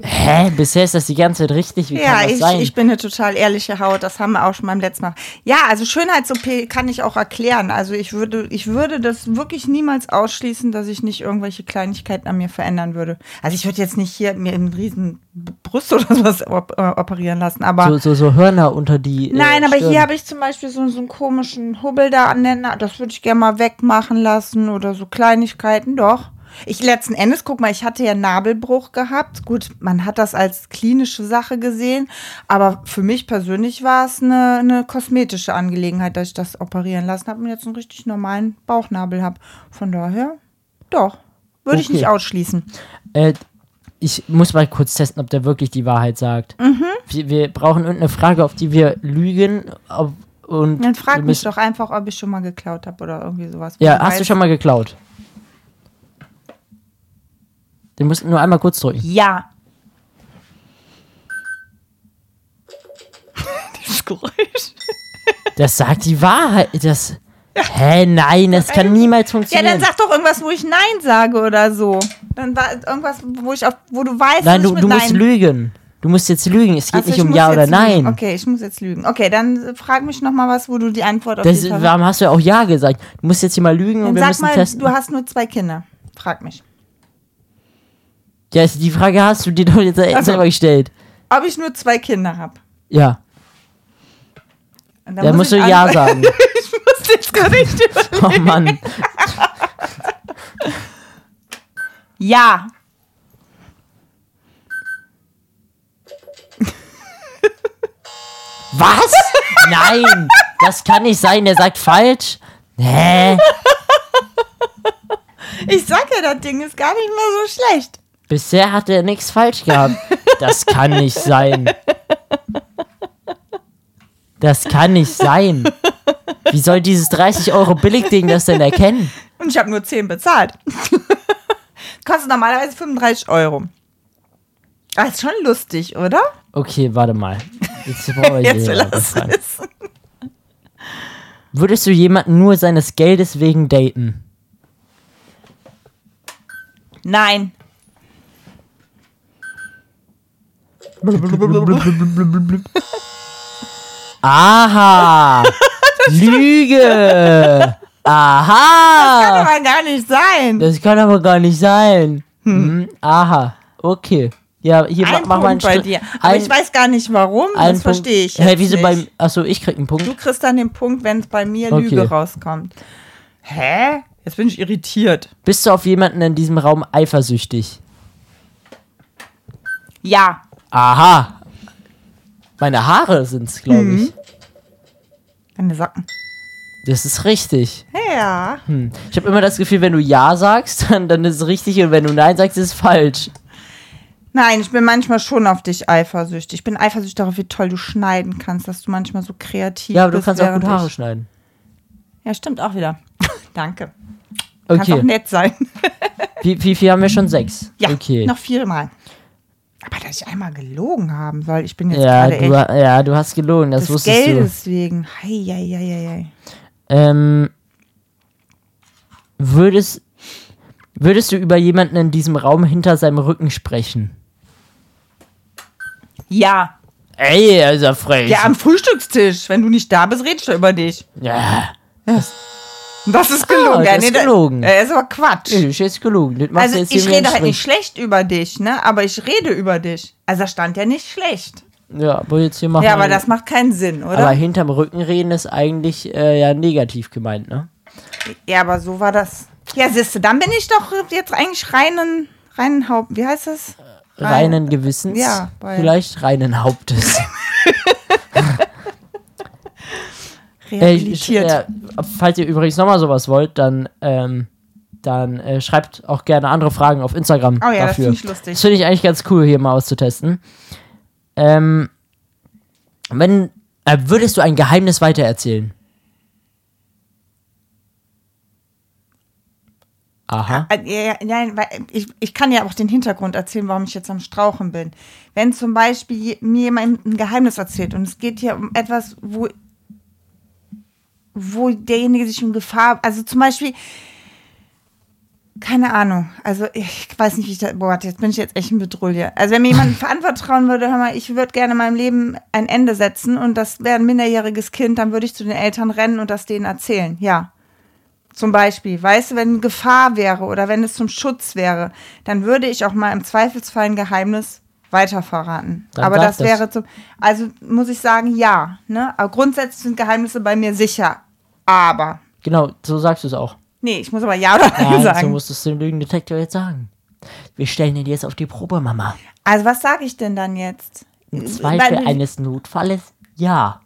Speaker 1: Hä? Bisher ist das die ganze Zeit richtig. Wie
Speaker 2: Hm. Ja,
Speaker 1: kann das
Speaker 2: ich,
Speaker 1: sein?
Speaker 2: ich bin eine total ehrliche Haut. Das haben wir auch schon beim letzten Mal. Ja, also Schönheits-OP kann ich auch erklären. Also ich würde, ich würde das wirklich niemals ausschließen, dass ich nicht irgendwelche Kleinigkeiten an mir verändern würde. Also ich würde jetzt nicht hier mir einen riesen Brust oder sowas op äh, operieren lassen, aber.
Speaker 1: so, so, so Hörner unter die. äh,
Speaker 2: Nein, aber
Speaker 1: Stirn.
Speaker 2: hier habe ich zum Beispiel so, so einen komischen Hubbel da an der Na Das würde ich gerne mal wegmachen lassen oder so Kleinigkeiten, doch. Ich letzten Endes, guck mal, ich hatte ja Nabelbruch gehabt. Gut, man hat das als klinische Sache gesehen, aber für mich persönlich war es eine, eine kosmetische Angelegenheit, dass ich das operieren lassen habe und jetzt einen richtig normalen Bauchnabel habe. Von daher, doch, würde ich
Speaker 1: Okay.
Speaker 2: nicht ausschließen.
Speaker 1: Äh, ich muss mal kurz testen, ob der wirklich die Wahrheit sagt.
Speaker 2: Mhm.
Speaker 1: Wir, wir brauchen irgendeine Frage, auf die wir lügen. Ob, und
Speaker 2: Dann frag
Speaker 1: wir
Speaker 2: mich
Speaker 1: müssen-
Speaker 2: doch einfach, ob ich schon mal geklaut habe oder irgendwie sowas.
Speaker 1: Ja,
Speaker 2: Wer
Speaker 1: hast du
Speaker 2: weiß.
Speaker 1: schon mal geklaut? Den musst du nur einmal kurz drücken.
Speaker 2: Ja. Dieses Geräusch.
Speaker 1: Das sagt die Wahrheit. Das. Hä, nein, das kann niemals
Speaker 2: Ja,
Speaker 1: funktionieren.
Speaker 2: dann sag doch irgendwas, wo ich Nein sage oder so. Dann war irgendwas, wo ich auf, wo du weißt,
Speaker 1: nein,
Speaker 2: dass
Speaker 1: du,
Speaker 2: ich mit
Speaker 1: du musst
Speaker 2: Nein.
Speaker 1: lügen. Du musst jetzt lügen. Es geht
Speaker 2: Also
Speaker 1: nicht
Speaker 2: ich
Speaker 1: um
Speaker 2: muss
Speaker 1: Ja
Speaker 2: jetzt
Speaker 1: oder
Speaker 2: lügen.
Speaker 1: Nein.
Speaker 2: Okay, ich muss jetzt lügen. Okay, dann äh, frag mich nochmal was, wo du die Antwort auf
Speaker 1: Das,
Speaker 2: die Frage-
Speaker 1: warum hast du ja auch Ja gesagt? Du musst jetzt hier mal lügen und
Speaker 2: Dann
Speaker 1: wir
Speaker 2: sag
Speaker 1: müssen
Speaker 2: mal,
Speaker 1: testen.
Speaker 2: du hast nur zwei Kinder. Frag mich.
Speaker 1: ja, also die Frage hast du dir doch jetzt selber gestellt.
Speaker 2: Ob ich nur zwei Kinder habe.
Speaker 1: Ja. Da musst du Ja sagen.
Speaker 2: Ich muss jetzt gar nicht
Speaker 1: Oh
Speaker 2: überlegen.
Speaker 1: Mann.
Speaker 2: Ja.
Speaker 1: Was? Nein, das kann nicht sein. Der sagt falsch. Hä?
Speaker 2: Ich sag ja, das Ding ist gar nicht mehr so schlecht.
Speaker 1: Bisher hat er nichts falsch gehabt. Das kann nicht sein. Das kann nicht sein. Wie soll dieses 30 Euro Billigding das denn erkennen?
Speaker 2: Und ich habe nur 10 bezahlt. Kostet normalerweise 35 Euro. Ah, ist schon lustig, oder?
Speaker 1: Okay, warte mal. Jetzt brauche ich
Speaker 2: Jetzt
Speaker 1: hier
Speaker 2: lass
Speaker 1: was rein.
Speaker 2: es.
Speaker 1: Würdest du jemanden nur seines Geldes wegen daten?
Speaker 2: Nein.
Speaker 1: Aha! Lüge!
Speaker 2: Kann
Speaker 1: Aha!
Speaker 2: aber gar nicht sein.
Speaker 1: Das kann aber gar nicht sein. Hm. Aha, okay. Ja, hier mach,
Speaker 2: Ein
Speaker 1: mach mal einen
Speaker 2: Punkt bei
Speaker 1: Strich.
Speaker 2: dir. Aber ich weiß gar nicht warum.
Speaker 1: einen Punkt.
Speaker 2: Das verstehe ich.
Speaker 1: Hä,
Speaker 2: jetzt
Speaker 1: wieso
Speaker 2: nicht.
Speaker 1: beim. Achso, ich krieg einen Punkt.
Speaker 2: Du kriegst dann den Punkt, wenn es bei mir
Speaker 1: Okay.
Speaker 2: Lüge rauskommt. Hä? Jetzt bin ich irritiert.
Speaker 1: Bist du auf jemanden in diesem Raum eifersüchtig?
Speaker 2: Ja.
Speaker 1: Aha. Meine Haare sind's, glaube
Speaker 2: Hm.
Speaker 1: ich.
Speaker 2: Deine Socken.
Speaker 1: Das ist richtig.
Speaker 2: Ja.
Speaker 1: Hm. Ich habe immer das Gefühl, wenn du Ja sagst, dann, dann ist es richtig und wenn du Nein sagst, ist es falsch.
Speaker 2: Nein, ich bin manchmal schon auf dich eifersüchtig. Ich bin eifersüchtig darauf, wie toll du schneiden kannst, dass du manchmal so kreativ
Speaker 1: Ja, aber du
Speaker 2: bist.
Speaker 1: kannst auch
Speaker 2: während
Speaker 1: gut Haare
Speaker 2: ich-
Speaker 1: schneiden.
Speaker 2: Ja, stimmt auch wieder. Danke. Kannst auch
Speaker 1: Okay.
Speaker 2: nett sein.
Speaker 1: Wie, wie viel haben wir schon? Sechs.
Speaker 2: Ja,
Speaker 1: Okay.
Speaker 2: noch viermal. Aber dass ich einmal gelogen haben soll, ich bin jetzt
Speaker 1: Ja
Speaker 2: gerade
Speaker 1: du,
Speaker 2: echt
Speaker 1: ha- ja, du hast gelogen, das,
Speaker 2: des
Speaker 1: wusstest
Speaker 2: Geldes wegen. Hei, hei, hei, hei, hei.
Speaker 1: du. Ähm, würdest, würdest du über jemanden in diesem Raum hinter seinem Rücken sprechen?
Speaker 2: Ja,
Speaker 1: Ey, er ist ja frech.
Speaker 2: ja, am Frühstückstisch. Wenn du nicht da bist, redest du über dich.
Speaker 1: ja.
Speaker 2: Das ist gelogen.
Speaker 1: Ah, das
Speaker 2: ja,
Speaker 1: ist
Speaker 2: da-
Speaker 1: gelogen.
Speaker 2: Ja, ist aber Quatsch.
Speaker 1: Nee, du hast jetzt gelogen. Das machst
Speaker 2: also
Speaker 1: du jetzt
Speaker 2: ich
Speaker 1: hier mit
Speaker 2: rede
Speaker 1: dem
Speaker 2: halt nicht
Speaker 1: Strich.
Speaker 2: schlecht über dich, ne? Aber ich rede über dich. Also da stand ja nicht schlecht.
Speaker 1: Ja, aber jetzt hier machen
Speaker 2: Ja, aber
Speaker 1: wir-
Speaker 2: das macht keinen Sinn, oder?
Speaker 1: Aber hinterm Rücken reden ist eigentlich äh, ja negativ gemeint, ne?
Speaker 2: ja, aber so war das. Ja, siehste, dann bin ich doch jetzt eigentlich reinen, reinen Haupt. Wie heißt das? Rein-
Speaker 1: Reinen Gewissens.
Speaker 2: Ja, weil-
Speaker 1: vielleicht reinen Hauptes. Äh, ich- ich-
Speaker 2: Rehabilitiert.
Speaker 1: äh, falls ihr übrigens nochmal sowas wollt, dann, ähm, dann äh, schreibt auch gerne andere Fragen auf Instagram
Speaker 2: Oh ja, das
Speaker 1: dafür.
Speaker 2: finde ich lustig.
Speaker 1: Das finde ich eigentlich ganz cool, hier mal auszutesten. Ähm, wenn, äh, würdest du ein Geheimnis weitererzählen? Aha.
Speaker 2: Äh, Ja, ja, nein, weil ich, ich kann ja auch den Hintergrund erzählen, warum ich jetzt am Strauchen bin. Wenn zum Beispiel je- mir jemand ein Geheimnis erzählt und es geht hier um etwas, wo, wo derjenige sich in Gefahr, also zum Beispiel, keine Ahnung, also ich weiß nicht, wie ich da, boah, jetzt bin ich jetzt echt ein Bedrulle. Also wenn mir jemand verantworten würde, hör mal, ich würde gerne meinem Leben ein Ende setzen und das wäre ein minderjähriges Kind, dann würde ich zu den Eltern rennen und das denen erzählen, ja. Zum Beispiel, weißt du, wenn Gefahr wäre oder wenn es zum Schutz wäre, dann würde ich auch mal im Zweifelsfall ein Geheimnis weiterverraten.
Speaker 1: Dann
Speaker 2: Aber
Speaker 1: sag
Speaker 2: das
Speaker 1: das.
Speaker 2: wäre zum, also muss ich sagen, ja. Ne? Aber grundsätzlich sind Geheimnisse bei mir sicher. Aber.
Speaker 1: Genau, so sagst du es auch.
Speaker 2: Nee, ich muss aber ja oder nein
Speaker 1: Nein, so
Speaker 2: sagen.
Speaker 1: musst du es dem Lügendetektor jetzt sagen. Wir stellen ihn jetzt auf die Probe, Mama.
Speaker 2: Also was sage ich denn dann jetzt?
Speaker 1: Im Zweifel
Speaker 2: Weil-
Speaker 1: eines Notfalles? Ja.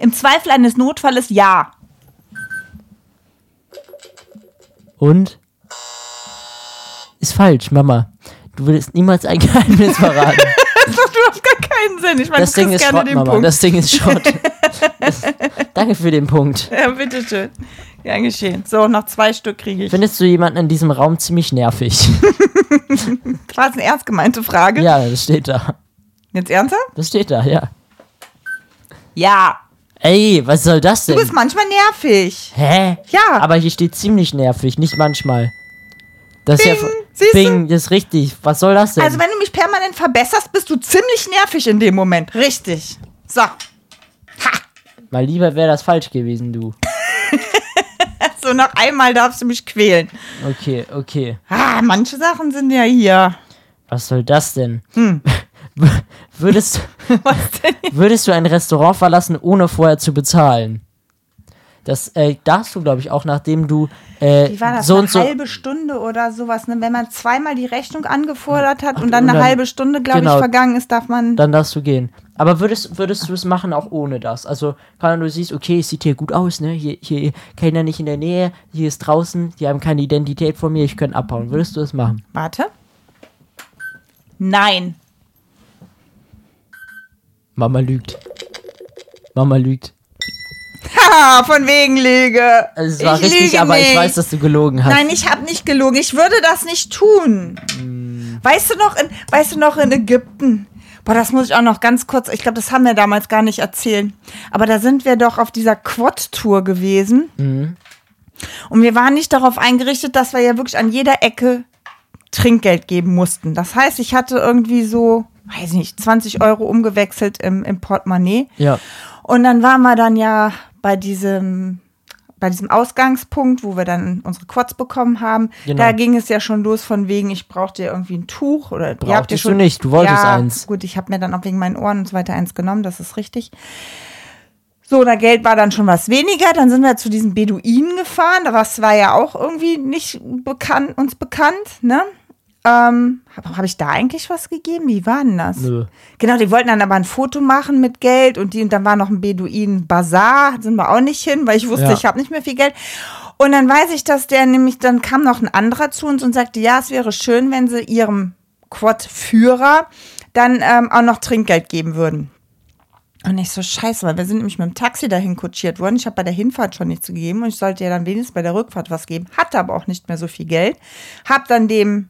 Speaker 2: Im Zweifel eines Notfalles ja.
Speaker 1: Und? Ist falsch, Mama. Du würdest niemals ein Geheimnis verraten.
Speaker 2: Das macht überhaupt gar keinen Sinn. Ich meine,
Speaker 1: Das
Speaker 2: du
Speaker 1: Ding
Speaker 2: kriegst
Speaker 1: ist
Speaker 2: gerne
Speaker 1: Schrott,
Speaker 2: den
Speaker 1: Mama.
Speaker 2: Punkt.
Speaker 1: Das Ding ist Schrott. Das- Danke für den Punkt.
Speaker 2: ja, bitteschön. Gern geschehen. So, noch zwei Stück kriege ich.
Speaker 1: Findest du jemanden in diesem Raum ziemlich nervig?
Speaker 2: Das war eine ernst gemeinte Frage.
Speaker 1: ja, das steht da.
Speaker 2: Jetzt ernsthaft?
Speaker 1: Das steht da, ja.
Speaker 2: Ja.
Speaker 1: Ey, was soll das
Speaker 2: Du bist
Speaker 1: denn?
Speaker 2: manchmal nervig.
Speaker 1: Hä?
Speaker 2: Ja.
Speaker 1: Aber hier steht ziemlich nervig, nicht manchmal. Das ist ja.
Speaker 2: Bing, siehst du?
Speaker 1: Bing, das ist richtig. Was soll das denn?
Speaker 2: Also wenn du mich permanent verbesserst, bist du ziemlich nervig in dem Moment. Richtig. So.
Speaker 1: Mal lieber wäre das falsch gewesen, du.
Speaker 2: So, noch einmal darfst du mich quälen.
Speaker 1: Okay, okay.
Speaker 2: Ah, manche Sachen sind ja hier.
Speaker 1: Was soll das denn?
Speaker 2: Hm.
Speaker 1: Würdest,
Speaker 2: Was denn?
Speaker 1: würdest du ein Restaurant verlassen, ohne vorher zu bezahlen? Das äh, darfst du, glaube ich, auch, nachdem du äh,
Speaker 2: Wie war das?
Speaker 1: so
Speaker 2: eine
Speaker 1: und so.
Speaker 2: halbe Stunde oder sowas. Ne? Wenn man zweimal die Rechnung angefordert hat und dann eine
Speaker 1: dann-
Speaker 2: halbe Stunde, glaube
Speaker 1: genau.
Speaker 2: ich, vergangen ist, darf man.
Speaker 1: Dann darfst du gehen. Aber würdest, würdest du es machen auch ohne das? Also, Carla, du siehst, okay, es sieht hier gut aus, ne? Hier, hier keiner nicht in der Nähe, hier ist draußen, die haben keine Identität von mir, ich könnte abhauen. Würdest du es machen?
Speaker 2: Warte. Nein.
Speaker 1: Mama lügt. Mama lügt.
Speaker 2: Ha, von wegen Lüge.
Speaker 1: Also, es war richtig, aber ich weiß, dass du gelogen hast.
Speaker 2: Nein, ich habe nicht gelogen. Ich würde das nicht tun.
Speaker 1: Hm.
Speaker 2: Weißt du noch, in, weißt du noch in Ägypten? Boah, das muss ich auch noch ganz kurz. Ich glaube, das haben wir damals gar nicht erzählt. Aber da sind wir doch auf dieser Quad-Tour gewesen.
Speaker 1: Mhm.
Speaker 2: Und wir waren nicht darauf eingerichtet, dass wir ja wirklich an jeder Ecke Trinkgeld geben mussten. Das heißt, ich hatte irgendwie so, weiß nicht, 20 Euro umgewechselt im, im Portemonnaie.
Speaker 1: Ja.
Speaker 2: Und dann waren wir dann ja bei diesem, bei diesem Ausgangspunkt, wo wir dann unsere Quads bekommen haben.
Speaker 1: Genau.
Speaker 2: Da ging es ja schon los von wegen, ich brauchte ja irgendwie ein Tuch oder ihr habt ja
Speaker 1: Brauchtest du nicht, du wolltest
Speaker 2: ja,
Speaker 1: eins.
Speaker 2: Gut, ich habe mir dann auch wegen meinen Ohren und so weiter eins genommen, das ist richtig. So, da Geld war dann schon was weniger. Dann sind wir zu diesen Beduinen gefahren. Das war ja auch irgendwie nicht bekannt, uns bekannt, ne? Ähm, habe hab ich da eigentlich was gegeben? Wie war denn das?
Speaker 1: Nö.
Speaker 2: Genau, die wollten dann aber ein Foto machen mit Geld und die und dann war noch ein Beduin Bazar, sind wir auch nicht hin, weil ich wusste,
Speaker 1: Ja.
Speaker 2: ich habe nicht mehr viel Geld. Und dann weiß ich, dass der nämlich dann kam noch ein anderer zu uns und sagte, ja, es wäre schön, wenn sie ihrem Quad-Führer dann ähm, auch noch Trinkgeld geben würden. Und ich so, scheiße, weil wir sind nämlich mit dem Taxi dahin kutschiert worden. Ich habe bei der Hinfahrt schon nichts gegeben und ich sollte ja dann wenigstens bei der Rückfahrt was geben. Hatte aber auch nicht mehr so viel Geld. Hab dann dem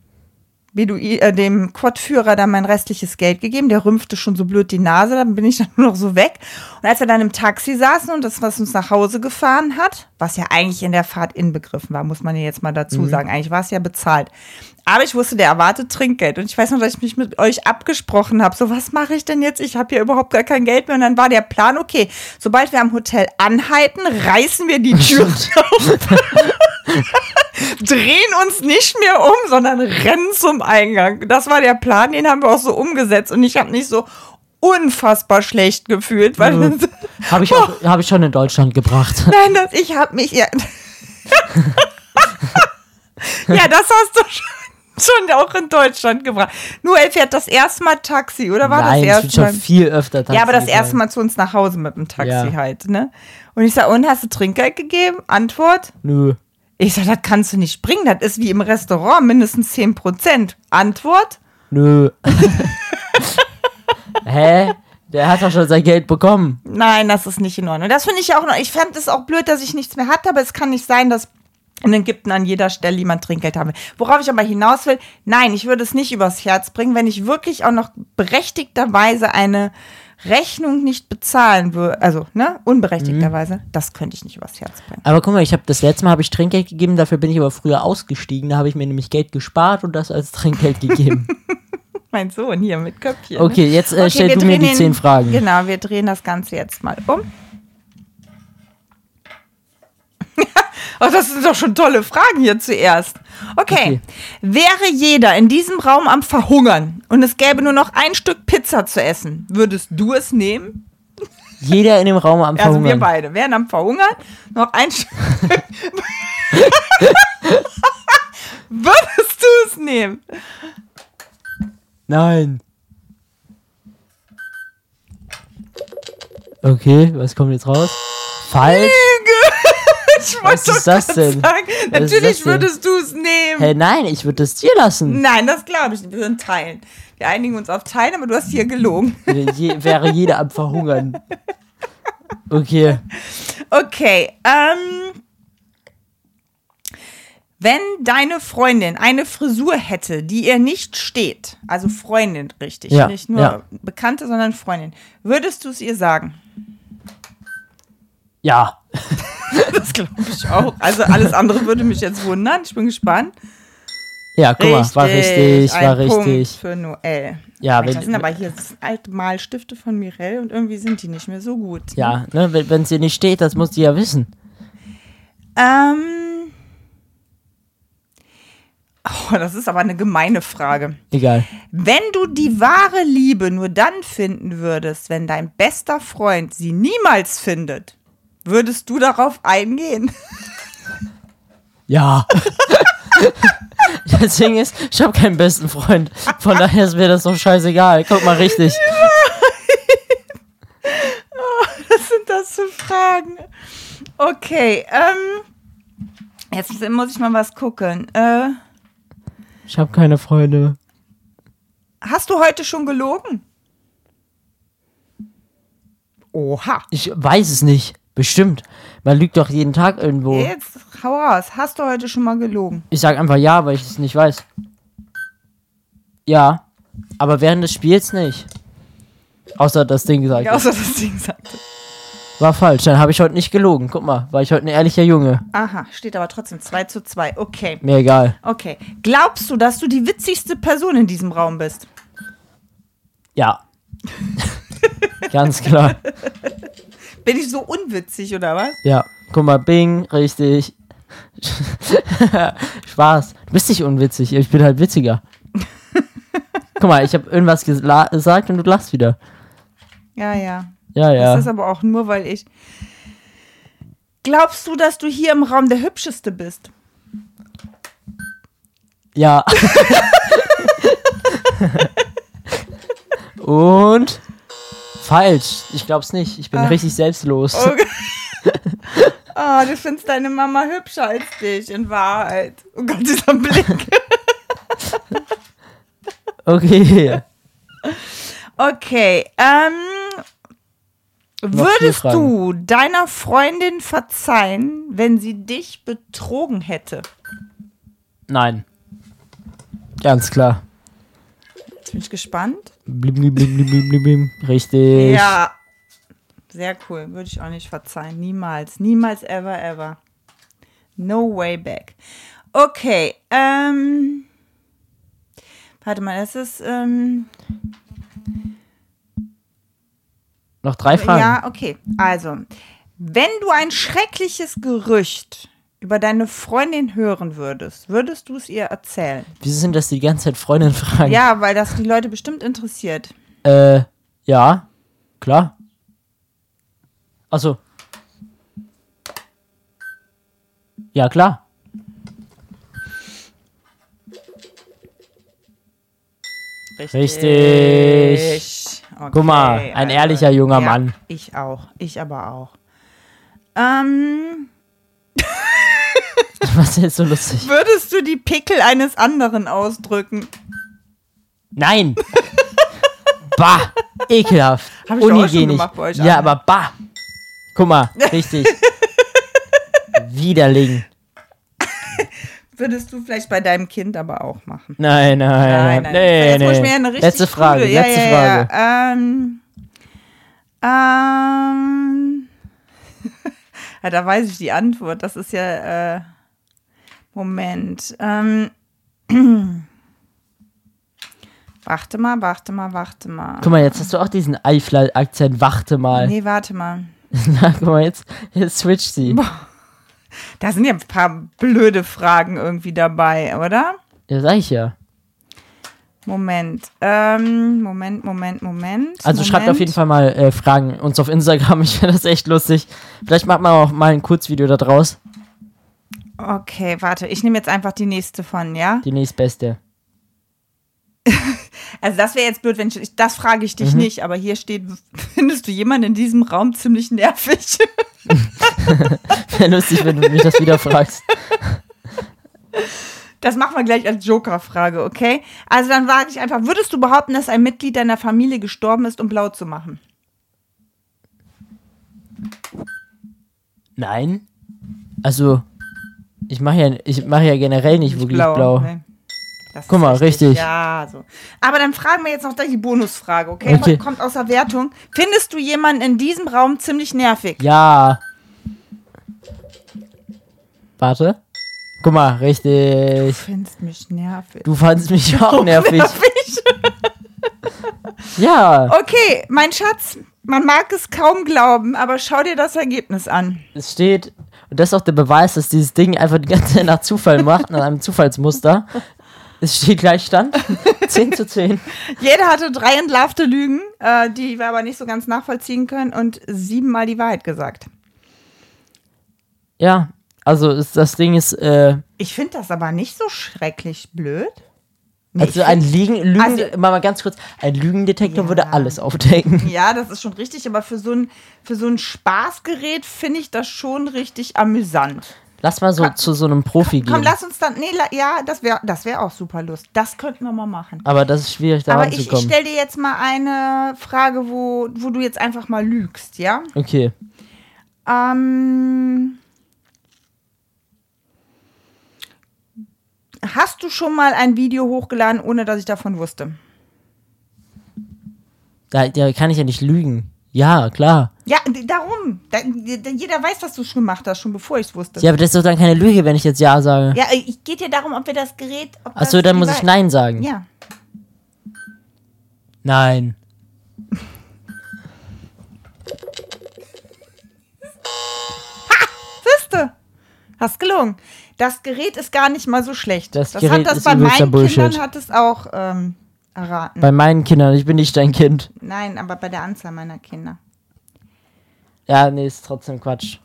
Speaker 2: Bedui, äh, dem Quadführer dann mein restliches Geld gegeben. Der rümpfte schon so blöd die Nase, dann bin ich dann nur noch so weg. Und als wir dann im Taxi saßen und das, was uns nach Hause gefahren hat, was ja eigentlich in der Fahrt inbegriffen war, muss man ja jetzt mal dazu sagen. Eigentlich war es ja bezahlt. Aber ich wusste, der erwartet Trinkgeld. Und ich weiß noch, dass ich mich mit euch abgesprochen habe. So, was mache ich denn jetzt? Ich habe hier überhaupt gar kein Geld mehr. Und dann war der Plan, okay, sobald wir am Hotel anhalten, reißen wir die Tür drehen uns nicht mehr um, sondern rennen zum Eingang. Das war der Plan, den haben wir auch so umgesetzt und ich habe mich so unfassbar schlecht gefühlt, weil
Speaker 1: Habe ich, auch- hab ich schon in Deutschland gebracht.
Speaker 2: nein, das, ich habe mich ja Ja, das hast du schon, schon auch in Deutschland gebracht. Nur er fährt das erste Mal Taxi oder war
Speaker 1: Nein,
Speaker 2: das
Speaker 1: ich bin
Speaker 2: erste Mal?
Speaker 1: schon viel öfter Taxi
Speaker 2: Ja, aber das erste
Speaker 1: gefahren.
Speaker 2: Mal zu uns nach Hause mit dem Taxi
Speaker 1: Ja.
Speaker 2: halt, ne? Und ich sage, und hast du Trinkgeld gegeben? Antwort,
Speaker 1: Nö.
Speaker 2: ich sage, das kannst du nicht bringen. Das ist wie im Restaurant, mindestens 10 Prozent. Antwort?
Speaker 1: Nö. Hä? Der hat doch schon sein Geld bekommen.
Speaker 2: Nein, das ist nicht in Ordnung. Das finde ich auch noch. Ich fand es auch blöd, dass ich nichts mehr hatte, aber es kann nicht sein, dass in Ägypten an jeder Stelle jemand Trinkgeld haben will. Worauf ich aber hinaus will, nein, ich würde es nicht übers Herz bringen, wenn ich wirklich auch noch berechtigterweise eine Rechnung nicht bezahlen würde. Also, ne? Unberechtigterweise. Das könnte ich nicht übers Herz bringen.
Speaker 1: Aber guck mal, ich habe das letzte Mal habe ich Trinkgeld gegeben, dafür bin ich aber früher ausgestiegen. Da habe ich mir nämlich Geld gespart und das als Trinkgeld gegeben.
Speaker 2: Mein Sohn hier mit Köpfchen. ne?
Speaker 1: Okay, jetzt äh, stell
Speaker 2: wir
Speaker 1: du mir
Speaker 2: drehen
Speaker 1: die
Speaker 2: den-
Speaker 1: zehn Fragen.
Speaker 2: Genau, wir drehen das Ganze jetzt mal um. oh, das sind doch schon tolle Fragen hier zuerst. Okay.
Speaker 1: Okay.
Speaker 2: Wäre jeder in diesem Raum am Verhungern und es gäbe nur noch ein Stück Pizza zu essen, würdest du es nehmen?
Speaker 1: Jeder in dem Raum am
Speaker 2: Also wir
Speaker 1: Verhungern.
Speaker 2: beide wären am Verhungern. Noch ein Stück. würdest du es nehmen?
Speaker 1: Nein. Okay, was kommt jetzt raus? Falsch?
Speaker 2: Ich
Speaker 1: Was
Speaker 2: wollte
Speaker 1: ist das
Speaker 2: grad
Speaker 1: denn?
Speaker 2: sagen,
Speaker 1: Was ist das
Speaker 2: natürlich
Speaker 1: denn?
Speaker 2: würdest du es nehmen.
Speaker 1: Hä, nein, ich würde das dir lassen.
Speaker 2: Nein, das glaube ich. nicht. Wir sind teilen. Wir einigen uns auf teilen, aber du hast hier gelogen.
Speaker 1: Je, wäre jeder am Verhungern. Okay.
Speaker 2: Okay, ähm. Wenn deine Freundin eine Frisur hätte, die ihr nicht steht, also Freundin richtig,
Speaker 1: Ja,
Speaker 2: nicht nur
Speaker 1: ja.
Speaker 2: Bekannte, sondern Freundin, würdest du es ihr sagen?
Speaker 1: Ja.
Speaker 2: Das glaube ich auch. Also alles andere würde mich jetzt wundern. Ich bin gespannt.
Speaker 1: Ja, guck mal, war richtig,
Speaker 2: ein
Speaker 1: war
Speaker 2: Punkt
Speaker 1: richtig.
Speaker 2: Für Noel.
Speaker 1: Ja,
Speaker 2: das
Speaker 1: wenn-
Speaker 2: sind aber hier alte Malstifte von Mirelle und irgendwie sind die nicht mehr so gut.
Speaker 1: Ja, ne, wenn es dir nicht steht, das muss die ja wissen.
Speaker 2: Ähm. Oh, das ist aber eine gemeine Frage.
Speaker 1: Egal.
Speaker 2: Wenn du die wahre Liebe nur dann finden würdest, wenn dein bester Freund sie niemals findet, würdest du darauf eingehen?
Speaker 1: Ja. Deswegen ist, ich habe keinen besten Freund. Von daher ist mir das doch scheißegal. Guck mal richtig.
Speaker 2: was für Fragen. Okay, ähm, jetzt muss ich mal was gucken. Äh,
Speaker 1: Ich habe keine Freunde.
Speaker 2: hast du heute schon gelogen? Oha.
Speaker 1: Ich weiß es nicht. Bestimmt. Man lügt doch jeden Tag irgendwo.
Speaker 2: Jetzt hau raus. Hast du heute schon mal gelogen?
Speaker 1: Ich sag einfach ja, weil ich es nicht weiß. Ja. Aber während des Spiels nicht. Außer das Ding gesagt.
Speaker 2: Ja, außer das Ding sagte.
Speaker 1: War falsch. Dann habe ich heute nicht gelogen. Guck mal, war ich heute ein ehrlicher Junge.
Speaker 2: Aha, steht aber trotzdem 2 zu 2. Okay.
Speaker 1: Mir egal.
Speaker 2: Okay. Glaubst du, dass du die witzigste Person in diesem Raum bist?
Speaker 1: Ja. Ganz klar.
Speaker 2: Bin ich so unwitzig oder was?
Speaker 1: Ja. Guck mal, Bing, richtig. Spaß. Du bist nicht unwitzig. Ich bin halt witziger. Guck mal, ich habe irgendwas gesla- gesagt und du lachst wieder.
Speaker 2: Ja, ja.
Speaker 1: Ja, ja.
Speaker 2: Das ist aber auch nur, weil ich. Glaubst du, dass du hier im Raum der Hübscheste bist?
Speaker 1: Ja. Und falsch. Ich glaub's nicht. Ich bin richtig selbstlos.
Speaker 2: Oh. Ah, du findest deine Mama hübscher als dich, in Wahrheit. Oh Gott, dieser Blick.
Speaker 1: Okay.
Speaker 2: Okay, ähm.
Speaker 1: vier
Speaker 2: Würdest
Speaker 1: Fragen.
Speaker 2: du deiner Freundin verzeihen, wenn sie dich betrogen hätte?
Speaker 1: Nein. Ganz klar.
Speaker 2: Jetzt bin ich gespannt.
Speaker 1: Blim, blim, blim, blim, blim, blim, blim. Richtig.
Speaker 2: Ja. Sehr cool. Würde ich auch nicht verzeihen. Niemals. Niemals, ever, ever. No way back. Okay. Ähm, warte mal, das ist. Ähm,
Speaker 1: Noch drei Fragen.
Speaker 2: ja, okay. Also, wenn du ein schreckliches Gerücht über deine Freundin hören würdest, würdest du es ihr erzählen?
Speaker 1: Wieso sind das die ganze Zeit Freundin-Fragen?
Speaker 2: Ja, weil das die Leute bestimmt interessiert.
Speaker 1: Äh, ja. Klar. Also. Ja, klar. Richtig.
Speaker 2: Okay, also
Speaker 1: Guck mal, ein ehrlicher junger Mann.
Speaker 2: Ich auch. Ich aber auch. Ähm,
Speaker 1: Was ist jetzt so lustig?
Speaker 2: würdest du die Pickel eines anderen ausdrücken?
Speaker 1: Nein! bah! Ekelhaft!
Speaker 2: Hab ich doch auch schon
Speaker 1: Unhygienisch!
Speaker 2: gemacht bei euch
Speaker 1: Ja,
Speaker 2: allen.
Speaker 1: aber bah! Guck mal, richtig. Widerling.
Speaker 2: Würdest du vielleicht bei deinem Kind aber auch machen?
Speaker 1: Nein, nein, nein. Nee,
Speaker 2: Jetzt muss ich
Speaker 1: nee.
Speaker 2: mir eine richtig
Speaker 1: letzte Frage,
Speaker 2: coole-
Speaker 1: letzte
Speaker 2: ja, ja,
Speaker 1: Frage.
Speaker 2: Ja. Ähm, ähm, ja, da weiß ich die Antwort. Das ist ja. Äh, Moment. Ähm, warte mal, warte mal, warte mal.
Speaker 1: Guck mal, jetzt hast du auch diesen Eifler-Akzent. Warte mal.
Speaker 2: Nee, warte mal.
Speaker 1: Na, guck mal, jetzt, jetzt switcht sie.
Speaker 2: Da sind ja ein paar blöde Fragen irgendwie dabei, oder?
Speaker 1: Ja, sag ich ja.
Speaker 2: Moment. Ähm, Moment, Moment, Moment.
Speaker 1: Also
Speaker 2: Moment.
Speaker 1: schreibt auf jeden Fall mal äh, Fragen uns auf Instagram. Ich finde das echt lustig. Vielleicht macht man auch mal ein Kurzvideo da draus.
Speaker 2: Okay, warte. Ich nehme jetzt einfach die nächste von, ja?
Speaker 1: Die nächstbeste.
Speaker 2: Also das wäre jetzt blöd, wenn ich, das frage ich
Speaker 1: Mhm.
Speaker 2: dich nicht, aber hier steht, findest du jemanden in diesem Raum ziemlich nervig?
Speaker 1: Wäre lustig, wenn du mich das wieder fragst.
Speaker 2: Das machen wir gleich als Joker-Frage, okay? Also dann frage ich einfach, würdest du behaupten, dass ein Mitglied deiner Familie gestorben ist, um blau zu machen?
Speaker 1: Nein. Also, ich mache ja, ich mach ja generell nicht wirklich blau. ne?
Speaker 2: nee. Das
Speaker 1: Guck
Speaker 2: ist
Speaker 1: mal, richtig.
Speaker 2: Ja, so. Aber dann fragen wir jetzt noch gleich die Bonusfrage, okay?
Speaker 1: Okay.
Speaker 2: Kommt aus der Wertung. Findest du jemanden in diesem Raum ziemlich nervig?
Speaker 1: Ja. Warte. Guck mal, richtig.
Speaker 2: Du findest mich nervig.
Speaker 1: Du fandst mich auch nervig.
Speaker 2: nervig.
Speaker 1: Ja,
Speaker 2: Okay, mein Schatz, man mag es kaum glauben, aber schau dir das Ergebnis an.
Speaker 1: es steht. Und das ist auch der Beweis, dass dieses Ding einfach die ganze Zeit nach Zufall macht, nach einem Zufallsmuster. Es steht Gleichstand. 10 zu 10.
Speaker 2: Jeder hatte drei entlarvte Lügen, äh, die wir aber nicht so ganz nachvollziehen können und siebenmal die Wahrheit gesagt.
Speaker 1: Ja, also ist, das Ding ist, äh,
Speaker 2: Ich finde das aber nicht so schrecklich blöd. Nee,
Speaker 1: also
Speaker 2: ich
Speaker 1: ein Lügen, Lügen
Speaker 2: also-
Speaker 1: mal, mal ganz kurz, ein Lügendetektor
Speaker 2: Ja.
Speaker 1: würde alles aufdecken.
Speaker 2: Ja, das ist schon richtig, aber für so ein, für so ein Spaßgerät finde ich das schon richtig amüsant.
Speaker 1: Lass mal so zu so einem Profi
Speaker 2: Komm,
Speaker 1: gehen.
Speaker 2: lass uns dann. Nee, la- ja, das wäre das wär auch super Lust. Das könnten wir mal machen.
Speaker 1: aber das ist schwierig, da
Speaker 2: aber ich, ich
Speaker 1: ranzukommen.
Speaker 2: stelle dir jetzt mal eine Frage, wo, wo du jetzt einfach mal lügst, ja?
Speaker 1: Okay.
Speaker 2: Ähm, hast du schon mal ein Video hochgeladen, ohne dass ich davon wusste?
Speaker 1: Da, da kann ich ja nicht lügen. Ja, klar.
Speaker 2: Ja, d- darum. Da, d- jeder weiß, dass du es schon gemacht hast, schon bevor ich es wusste.
Speaker 1: Ja, aber das ist doch dann keine Lüge, wenn ich jetzt Ja sage.
Speaker 2: Ja, äh, ich geht dir darum, ob wir das Gerät. Ob
Speaker 1: Ach Achso,
Speaker 2: das
Speaker 1: dann muss ich
Speaker 2: überall-
Speaker 1: Nein sagen.
Speaker 2: Ja.
Speaker 1: Nein.
Speaker 2: Mhm. Wüsste. Hast gelungen. Das Gerät ist gar nicht mal so schlecht.
Speaker 1: Das Gerät
Speaker 2: hat das
Speaker 1: ist
Speaker 2: bei
Speaker 1: übelster
Speaker 2: meinen
Speaker 1: Bullshit.
Speaker 2: Kindern hat es auch ähm, erraten.
Speaker 1: Bei meinen Kindern, ich bin nicht dein Kind.
Speaker 2: Nein, aber bei der Anzahl meiner Kinder.
Speaker 1: Ja, nee, ist trotzdem Quatsch.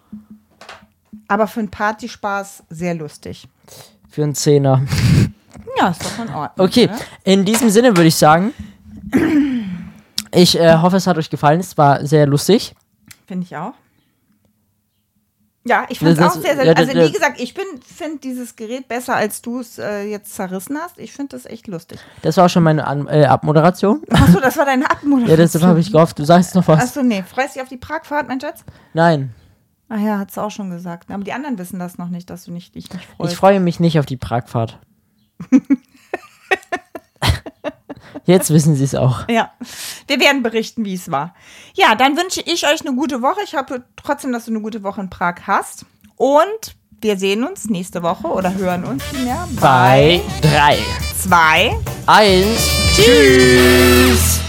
Speaker 2: Aber für einen Partyspaß sehr lustig.
Speaker 1: Für einen Zehner.
Speaker 2: Ja, ist doch in Ordnung.
Speaker 1: Okay,
Speaker 2: oder?
Speaker 1: in diesem Sinne würde ich sagen, ich äh, hoffe, es hat euch gefallen. Es war sehr lustig.
Speaker 2: Finde ich auch. Ja, ich finde es
Speaker 1: Das-
Speaker 2: auch sehr, sehr.
Speaker 1: ja, das-
Speaker 2: also, wie
Speaker 1: das-
Speaker 2: gesagt, ich finde dieses Gerät besser, als du es äh, jetzt zerrissen hast. Ich finde das echt lustig.
Speaker 1: Das war auch schon meine An äh, Abmoderation.
Speaker 2: Achso, das war deine Abmoderation.
Speaker 1: Ja, deshalb habe ich gehofft, du sagst noch was.
Speaker 2: Achso, nee. Freust dich auf die Pragfahrt, mein Schatz?
Speaker 1: Nein,
Speaker 2: Ach ja, hat's auch schon gesagt. Aber die anderen wissen das noch nicht, dass du nicht, dich nicht freust.
Speaker 1: ich freue mich nicht auf die Pragfahrt. Jetzt wissen sie es auch.
Speaker 2: ja, wir werden berichten, wie es war. Ja, dann wünsche ich euch eine gute Woche. Ich hoffe trotzdem, dass du eine gute Woche in Prag hast. Und wir sehen uns nächste Woche oder hören uns vielmehr
Speaker 1: Bei drei,
Speaker 2: zwei
Speaker 1: eins, tschüss.